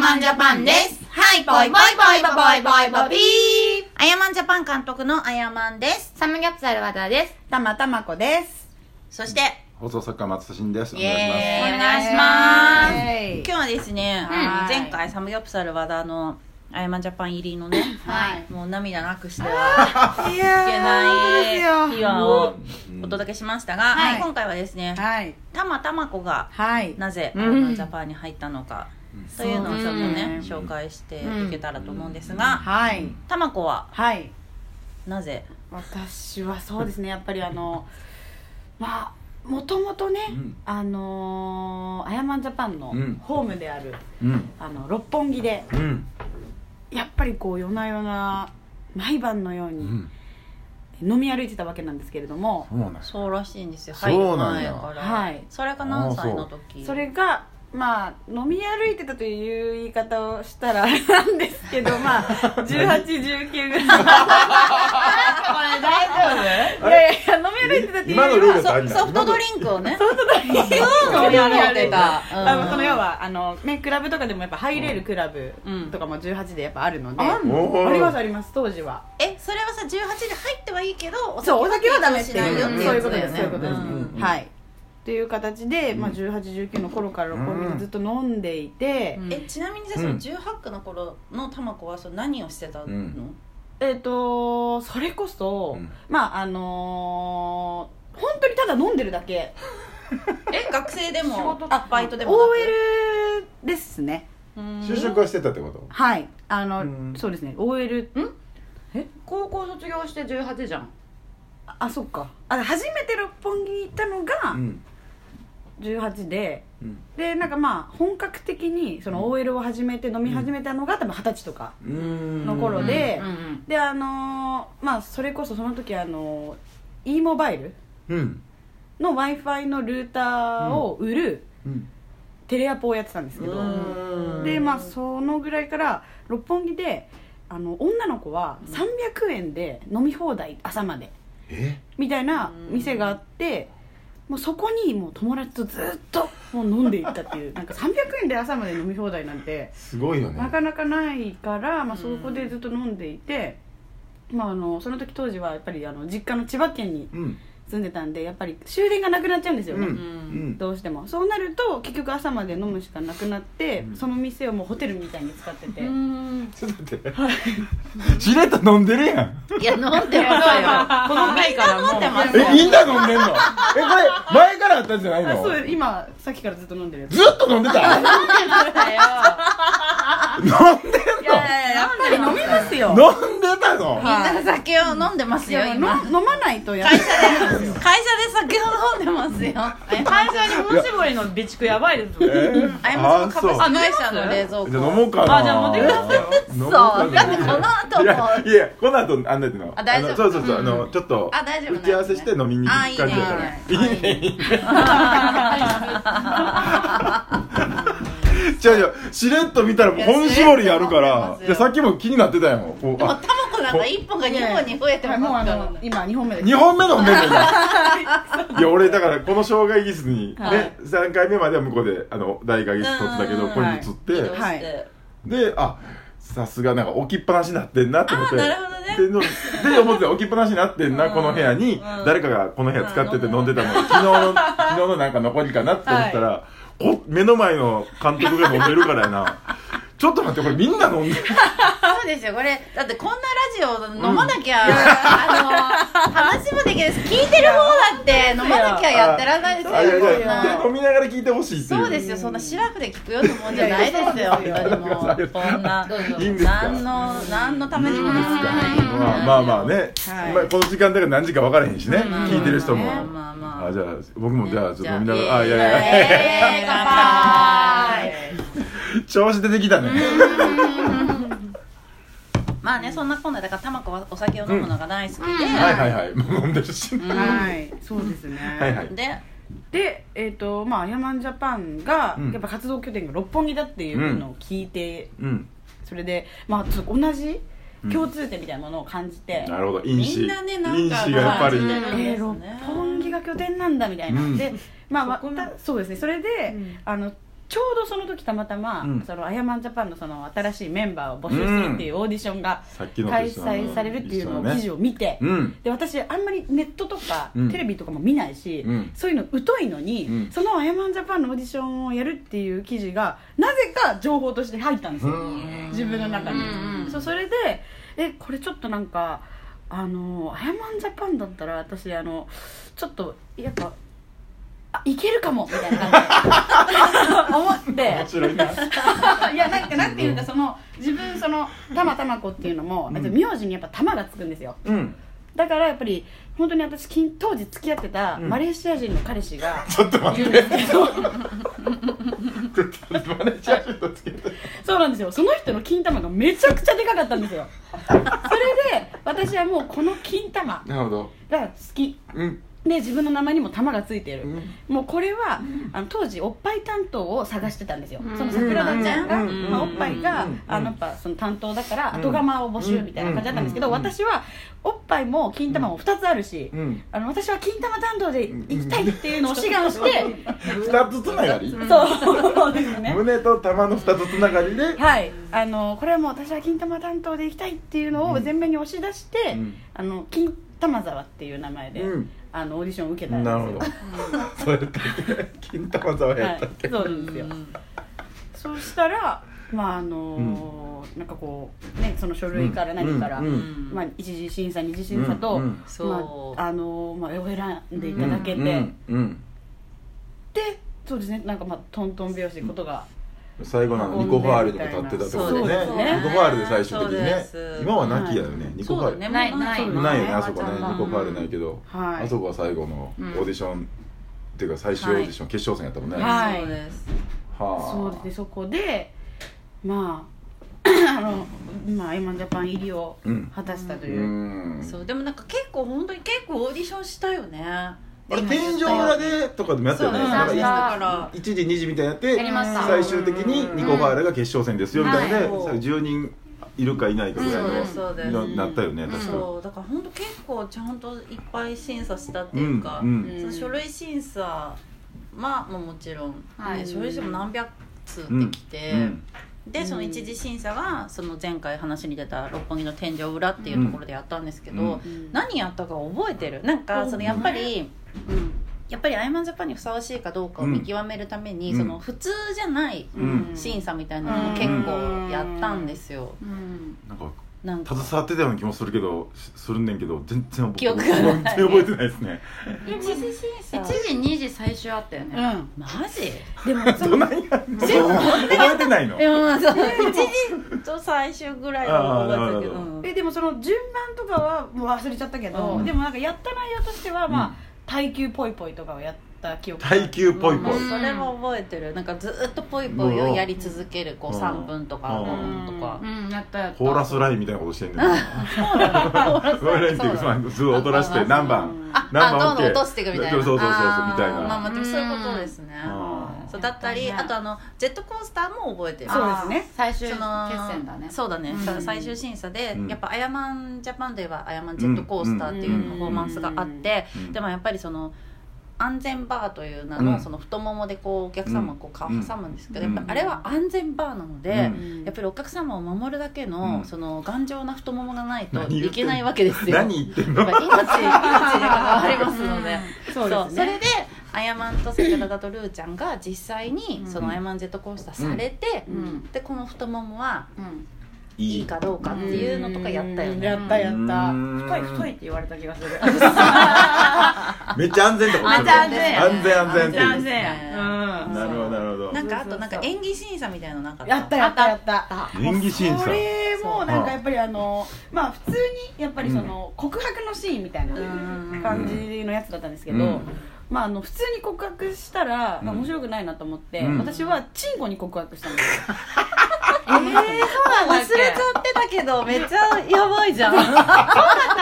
マンジャパンです。はい、ボイボイボイボイボイボイボビー。アヤマンジャパン監督のアヤマンです。サムギャプサル和田です。たまたまこです。そして、放送作家松田真です。おイ願いします。エーイお願いします。今日はですね、うんあの前回サムギョプサル和田のアヤマンジャパン入りのね、はいもう涙なくしてはいけない秘話をお届けしましたが、はい今回はですね、はい。たまたまこがはい。なぜアうんヤマンジャパンに入ったのか、というのをちょっとね、そう紹介してうんいけたらと思うんですが、はい。たまこははい。なぜ私はそうですね、やっぱりあの、まあ、もともとね、うんあのー、アヤマンジャパンのうんホームである、うん。あの、六本木で、うん。やっぱりこう、夜な夜な、毎晩のよううにん。飲み歩いてたわけなんですけれども、そうなんです。そうらしいんですよそうなん入やる前から、はいそれが何歳の時それが、まあ、飲み歩いてたという言い方をしたらあれなんですけど、まあ、18、19ぐらい。これ大丈夫いやいや、飲み歩いてたっていうより今はのルールソソフトドリンクをね。ソフトドをリンクやをやっっててたた。あうのんその要はあの、ね、クラブとかでもやっぱハイレールクラブうんとかも18でやっぱあるので、あんのありますあります当時はえ、それはさ、18で入ってはいいけど、そうお酒はダメっしてないいうよってそういやうこつとだでよすね。そういうことです、うんうんはいっていう形で、まあ、1819の頃から六本木でずっと飲んでいて、え、ちなみにさ、その18区の頃のたまこはその何をしてたの、うんえっ、とそれこそ、うんまああのー本当にただ飲んでるだけえ、学生で仕も事、あバイトでもなく OL ですねうん就職はしてたってことはいあの、うんそうですね OL 高校卒業して18じゃん。あそっかあ初めて六本木に行ったのうがん。 18で、うん。でなんかまあ本格的にその OL を始めて飲み始めたのが多分二十歳とかうんの頃で、うんうんであのーまあそれこそその時あのー e モバイルうん。の w i f i のルーターを売るうん。テレアポをやってたんですけど、でまあそのぐらいから六本木であの女の子は300円で飲み放題朝までえみたいな店があって、もうそこにもう友達とずっともう飲んでいったっていうなんか300円で朝まで飲み放題なんて。すごいよね。なかなかないから、まあ、そこでずっと飲んでいて、まあ、あのその時当時はやっぱりあの実家の千葉県にうん。住んでたんでやっぱり終電がなくなっちゃうんですうよん。うね、ん。どうしてもそうなると結局朝まで飲むしかなくなって、うんその店をもうホテルみたいに使ってて、ちょっと待って。しれっと飲んでるやん。いや、飲んでますよ。この回からもう。みんな飲んでますえ、みんな飲んでんのえ、これ、前からあったんじゃないあのそう今さっきからずっと飲んでるやつずっと飲んでた飲んでいんやいや、やっぱり飲飲みみますよの飲んでたのみんな酒を飲んでますいよ、や今。飲飲まないとやっ会社ぱで、会社で酒を飲んでますよ。会社に本絞りの備蓄やばいですよ。えあやまさんもあ株式会社の冷蔵庫。じゃあ飲もうかなあじゃあ持ってきますよ飲もうそかう、なだってこのい後もや、いやこの後、あんなっての。あ大丈夫のそうそうそう、あの、ちょっと、あ大丈夫打ち合わせして飲みに行く感じだかあら。いいね いいね、いいね。違う違う、しれっと見たらもう本絞りやるかいやしれっと飲んでまらす、よいや、さっきも気になってたやん。こうでも、あタマコなんか一本が二本に増えてますもうかあらの。今2本目で2本目飲んでる んだよいや俺だからこの生姜イギスに、ねはい3回目までは向こうであの大イギス取ってたけうんうんどうんこれに移って、移動してはいであさすがなんか置きっぱなしになってんなと思ってあーなるほどねでので思ってた置きっぱなしになってん な、うんこの部屋に、うん誰かがこの部屋使っててうん飲んでたの、昨日の昨日のなんか残りかなって思ったら、お目の前の監督が飲んでるからやなちょっと待ってこれみんな飲んでるそうですよ、これ、だってこんなラジオ飲まなきゃ、あの、話もできないです。聞いてる方だって飲まなきゃやってらんないですよ、あいやいこやんいやな。飲みながら聞いてほしいっていうそうですよ、そんなシラフで聞くようなもんじゃないですよ、本当にもありう。がとうこんな、いいんですか何の、何のためにもならない。まあまあまあね、はいまあこの時間だから何時か分からへんしね、うん聞いてる人も、まあまあまああじゃあ僕もじゃあちょっと飲みながじらゃ、あいやいやいやえー乾杯調子出てきたね、まあね、そんなこんなだから、たまこはお酒を飲むのが大好きで、はいはいはいもう飲んでるし、はいそうですねはいはいで、で、えーとまあ、ヤマンジャパンが、うんやっぱ活動拠点が六本木だっていうのを聞いて、うんそれで、まあ、ちょっと同じ共通点みたいなものを感じて、なるほど因み子んなねなん因か子がやっぱり、感じてるえーそう六ですね本木が拠点なんだみたいな、うんで、まあ、またそうですねそれで、あのちょうどその時たまたま、うんそのアヤマンジャパンのその新しいメンバーを募集するっていうオーディションがさっきの開催されるっていうのを記事をを見て、うんで私あんまりネットとかうんテレビとかも見ないし、うんそういうの疎いのに、うんその「アヤマンジャパン」のオーディションをやるっていう記事がなぜか情報として入ったんですようん自分の中に、うんうんそうそれでえこれちょっとなんかあの「アヤマンジャパン」だったら私あのちょっとやっぱあいけるかもみたいな感じで 思面って白いないやなんかなんていうかその自分その玉玉子っていうのも、うんえっと名字にやっぱ玉がつくんですようんだからやっぱり本当に私きん当時付き合ってたうんマレーシア人の彼氏が、ちょっと待ってマネージャーちょっとつけて そうなんですよその人の金玉がめちゃくちゃでかかったんですよそれで私はもうこの金玉なるほどが好きうんで自分の名前にも玉がついてる、うんもうこれは、あの当時おっぱい担当を探してたんですよ、うんその桜田ちゃんが、うんまあ、おっぱいが、うんあのやっぱその担当だからうん後釜を募集みたいな感じだったんですけど、うん私はおっぱいも金玉も2つあるし、うんあの私は金玉担当で行きたいっていうのを志願して、二つつながりそう ですね胸と玉の二つつながりではいあのこれはもう私は金玉担当で行きたいっていうのを前面に押し出して、うんあの金玉沢っていう名前で、うんあのオーディションを受けたんですなよるほどそうやって金玉沢はやっいたっけ、、そうなんですよ、そうしたらまああのーなんかこうねその書類から何から、うんうんまあ、一次審査二次審査と、うんうんそうまああのーまあ、選んでいただけて、うんうんでそうですねなんかまあトントン拍子ことが、うん最後なのニコファールにも立ってたってことそうででねすねニコファールで最終的にねそうです今はなきやよね、ニコそフうァーだルねなもうないないいよねあそこねまニコファールないけど、はいあそこは最後のオうんーディション、っていうか最終オーディション、決勝戦やったもんね、はいそうですはあそうでそこでまあ あのまあ今ジャパン入りを果たしたとういう、んそうでもなんか結構本当に結構オーディションしたよねあれ天井裏でとかでもやっそたようねでんすだなんかかいら1時2時みたいなやってやりました最終的にニコファールが決勝戦ですよみたいなね、うん最後10人いるかいないかぐらいそうのですそうですになったよね確かそうだから本当結構ちゃんといっぱい審査したっていうか、うんうんその書類審査まあももちろん、はいね書類審査も何百通っうんてきて、うんでその一次審査がその前回話に出た六本木の天井裏っていうところでやったんですけど、うんうん何やったか覚えてるなんかそのやっぱり、やっぱりアイマンジャパンにふさわしいかどうかを見極めるために、うんその普通じゃないうん審査みたいなのも結構やったんですよ、うんなんかなんか携わってたような気もするけどしするねんけど全然覚記憶がない全然覚えてないですね一時1時2時最初あったよね、うんマジでもそ どんのなんや覚えてないのでもそう1時と最終ぐらいは覚えてるけどあーなるほえでもその順番とかはもう忘れちゃったけど、うんでもなんかやった内容としては、うんまあ耐久ぽいぽいとかをやった記憶が耐久ぽいぽい、それも覚えてるなんかずっとぽいぽいをやり続けるこう3分とかうん5分とかうんやったやったコーラスラインみたいなことしてんねんコーラスラインっていうかずっと踊らせて何番あナンバーあどんどん OK 落としていくみたいなそうそうそうそうあーみたいなまあまあでもそういうことですねうんそうだったりやあったねとあのジェットコースターも覚えてるそうですね最終そ決の戦だねそうだね、うん最終審査で、うんやっぱアヤマンジャパンではアヤマンジェットコースターっていうパフォーマンスがあって、うんでもやっぱりその安全バーという名の,、うんその太ももでこうお客様をこう顔挟むんですけど、うんやっぱあれは安全バーなので、うんうんやっぱりお客様を守るだけの、うんその頑丈な太ももがないと何言ってんのいけないわけですよ。何言ってんやっのぱ命命に関わりますので。 そうですそれねであやまんと桜田とルーちゃんが実際にうんそのあやまんジェットコースターされて、うんでこの太ももはうんいいかどうかっていうのとかやったようんね、やったやったうん太い太いって言われた 気がするめっちゃ安全ってことめっちゃ安全安全安全っていう安全うんなるほどなるほどなんかあとなんか演技審査みたいなのなかったやったやったやった演技審査それもなんかやっぱりあのまあ普通にやっぱりその告白のシーンみたいな感じのやつだったんですけど、うんまああの普通に告白したらうん面白くないなと思って、うん私はチンコに告白 したんですよ、えー、そう忘れちゃってたけ どめっちゃやばいじゃんそうだっ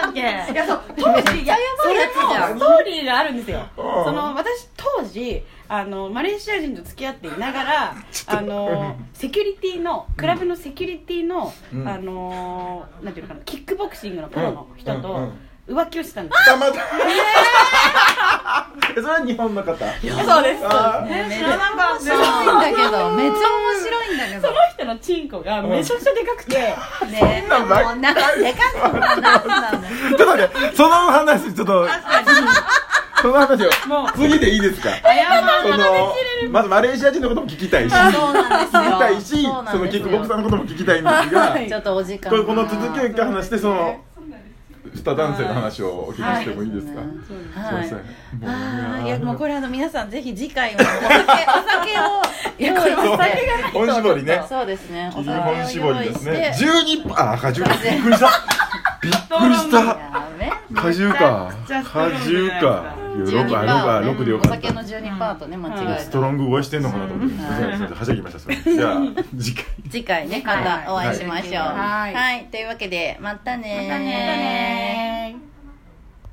たっけいやそう当時いやそればいやつじゃんもストーリーがあるんですようんその私当時あのマレーシア人と付き合っていながらあのセキュリティのクラブのセキュリティの、うんあのなんていうのかなキックボクシングのプロの人うんうんうとん浮気をしてたんですよたまたま えそれは日本の方そうですあえ知知ららななかかっったた面白いんだけどめっちゃ面白いんだけそどの人のチンコがめちゃくちゃでかくて、ねえ そもんなんばっかうなんかでかくなんなんだーちょっと待ってその話ちょ っとその話をもう次でいいですか謝らそのまずマレーシア人のことも聞きたいし聞そうなんですよきたいしうそなんのですキよックボクサーのことも聞きたいんですがはいちょっとお時間 これこの続きを一回話してその二男性の話をお聞きしてもいいですか、はいそうはですいすいませんもうあーいいややもうこれあの皆さんぜひ次回もお酒お酒をいやこれお酒 が本絞りねそうですねお日酒を本絞用り意でしすねて12パあ果汁びっくりしたびっくりしやたべ果汁かめちゃくちゃ果汁か12%いや6あ6あ6でよおかっ酒のた12%パーとね間うん違えストたロング超えしてんのかなと思ってうんすいませんすいませんはしゃぎましたそれじゃあ次回次回ねまたお会いしましょうはいはいというわけでまたねーまたねー